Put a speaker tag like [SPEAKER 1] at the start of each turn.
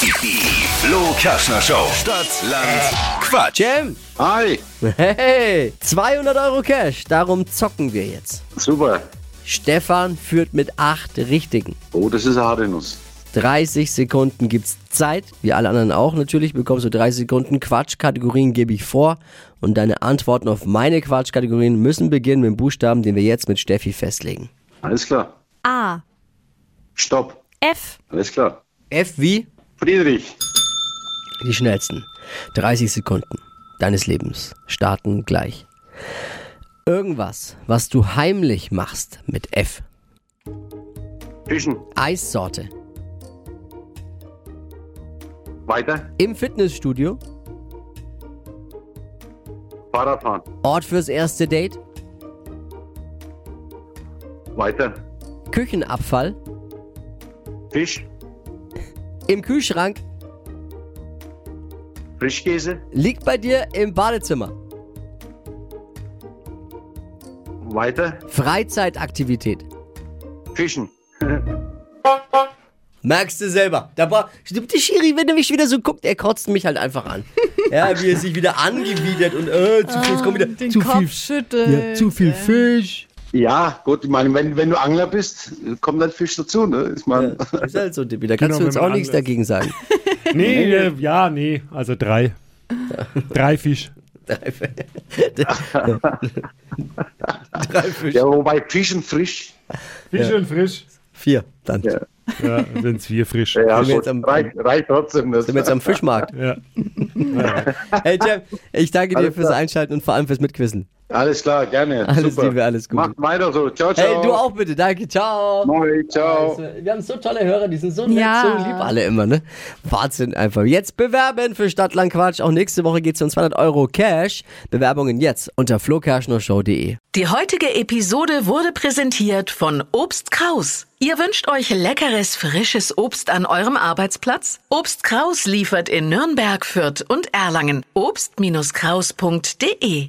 [SPEAKER 1] Die Flo Kaschner Show. Stadt, Land, Quatsch.
[SPEAKER 2] Jam,
[SPEAKER 3] Hi,
[SPEAKER 2] hey, 200 Euro Cash, darum zocken wir jetzt.
[SPEAKER 3] super.
[SPEAKER 2] Stefan führt mit 8 Richtigen.
[SPEAKER 3] Oh, das ist eine harte Nuss.
[SPEAKER 2] 30 Sekunden gibt's Zeit, wie alle anderen auch natürlich, bekommst du 30 Sekunden Quatsch, Kategorien gebe ich vor und deine Antworten auf meine Quatschkategorien müssen beginnen mit dem Buchstaben, den wir jetzt mit Steffi festlegen.
[SPEAKER 3] Alles klar.
[SPEAKER 4] A.
[SPEAKER 3] Stopp.
[SPEAKER 4] F.
[SPEAKER 3] Alles klar.
[SPEAKER 2] F wie
[SPEAKER 3] Friedrich,
[SPEAKER 2] die schnellsten. 30 Sekunden deines Lebens starten gleich. Irgendwas, was du heimlich machst mit F.
[SPEAKER 3] Fischen,
[SPEAKER 2] Eissorte.
[SPEAKER 3] weiter.
[SPEAKER 2] Im Fitnessstudio.
[SPEAKER 3] Fahrradfahren,
[SPEAKER 2] Ort fürs erste Date.
[SPEAKER 3] weiter.
[SPEAKER 2] Küchenabfall.
[SPEAKER 3] Fisch,
[SPEAKER 2] Im Kühlschrank.
[SPEAKER 3] Frischkäse,
[SPEAKER 2] Liegt bei dir im Badezimmer.
[SPEAKER 3] weiter.
[SPEAKER 2] Freizeitaktivität.
[SPEAKER 3] Fischen.
[SPEAKER 2] Merkst du selber. Da war, stimmt die Schiri, wenn er mich wieder so guckt, er kotzt mich halt einfach an. ja, wie er sich wieder angewidert und äh, zu viel, es kommt
[SPEAKER 3] Ah,
[SPEAKER 2] wieder zu viel,
[SPEAKER 4] schütteln.
[SPEAKER 2] zu
[SPEAKER 3] Äh.
[SPEAKER 2] viel Fisch.
[SPEAKER 3] Ja, gut, ich meine, wenn, wenn du Angler bist, kommt dann Fisch dazu, ne? Ich meine,
[SPEAKER 2] Ist halt so, Dippi, da
[SPEAKER 3] Genau,
[SPEAKER 2] kannst du
[SPEAKER 5] wenn
[SPEAKER 2] uns
[SPEAKER 5] man
[SPEAKER 2] auch nichts
[SPEAKER 5] anders-
[SPEAKER 2] dagegen sagen.
[SPEAKER 5] Nee, äh, ja, nee, also drei. drei Fisch.
[SPEAKER 2] Drei Fisch.
[SPEAKER 3] ja, wobei Fischen frisch.
[SPEAKER 5] Fisch und frisch.
[SPEAKER 2] Vier. Dann
[SPEAKER 3] Ja.
[SPEAKER 5] Ja, sind's wir frisch.
[SPEAKER 3] Ja,
[SPEAKER 2] Sind wir
[SPEAKER 3] gut,
[SPEAKER 2] jetzt am-
[SPEAKER 3] reicht, reicht trotzdem. Das.
[SPEAKER 2] sind wir jetzt am Fischmarkt.
[SPEAKER 5] Ja.
[SPEAKER 2] Hey, Jeff, ich danke dir
[SPEAKER 3] Alles
[SPEAKER 2] fürs
[SPEAKER 3] klar.
[SPEAKER 2] Einschalten und vor allem fürs Mitquissen.
[SPEAKER 3] Alles klar, gerne.
[SPEAKER 2] Alles
[SPEAKER 3] super.
[SPEAKER 2] Liebe, alles Gute.
[SPEAKER 3] Macht weiter so. Ciao, ciao.
[SPEAKER 2] Hey, du auch bitte. Danke, ciao.
[SPEAKER 3] Moin, ciao.
[SPEAKER 2] Also, Wir haben so tolle Hörer, die sind so nett,
[SPEAKER 4] Ja.
[SPEAKER 2] so lieb alle immer, ne? Wahnsinn einfach. Jetzt bewerben für Stadtland Quatsch. Auch nächste Woche geht's um 200 Euro Cash. Bewerbungen jetzt unter flokerschnershow.de.
[SPEAKER 6] Die heutige Episode wurde präsentiert von Obst Kraus. Ihr wünscht euch leckeres, frisches Obst an eurem Arbeitsplatz? Obst Kraus liefert in Nürnberg, Fürth und Erlangen. Obst-Kraus.de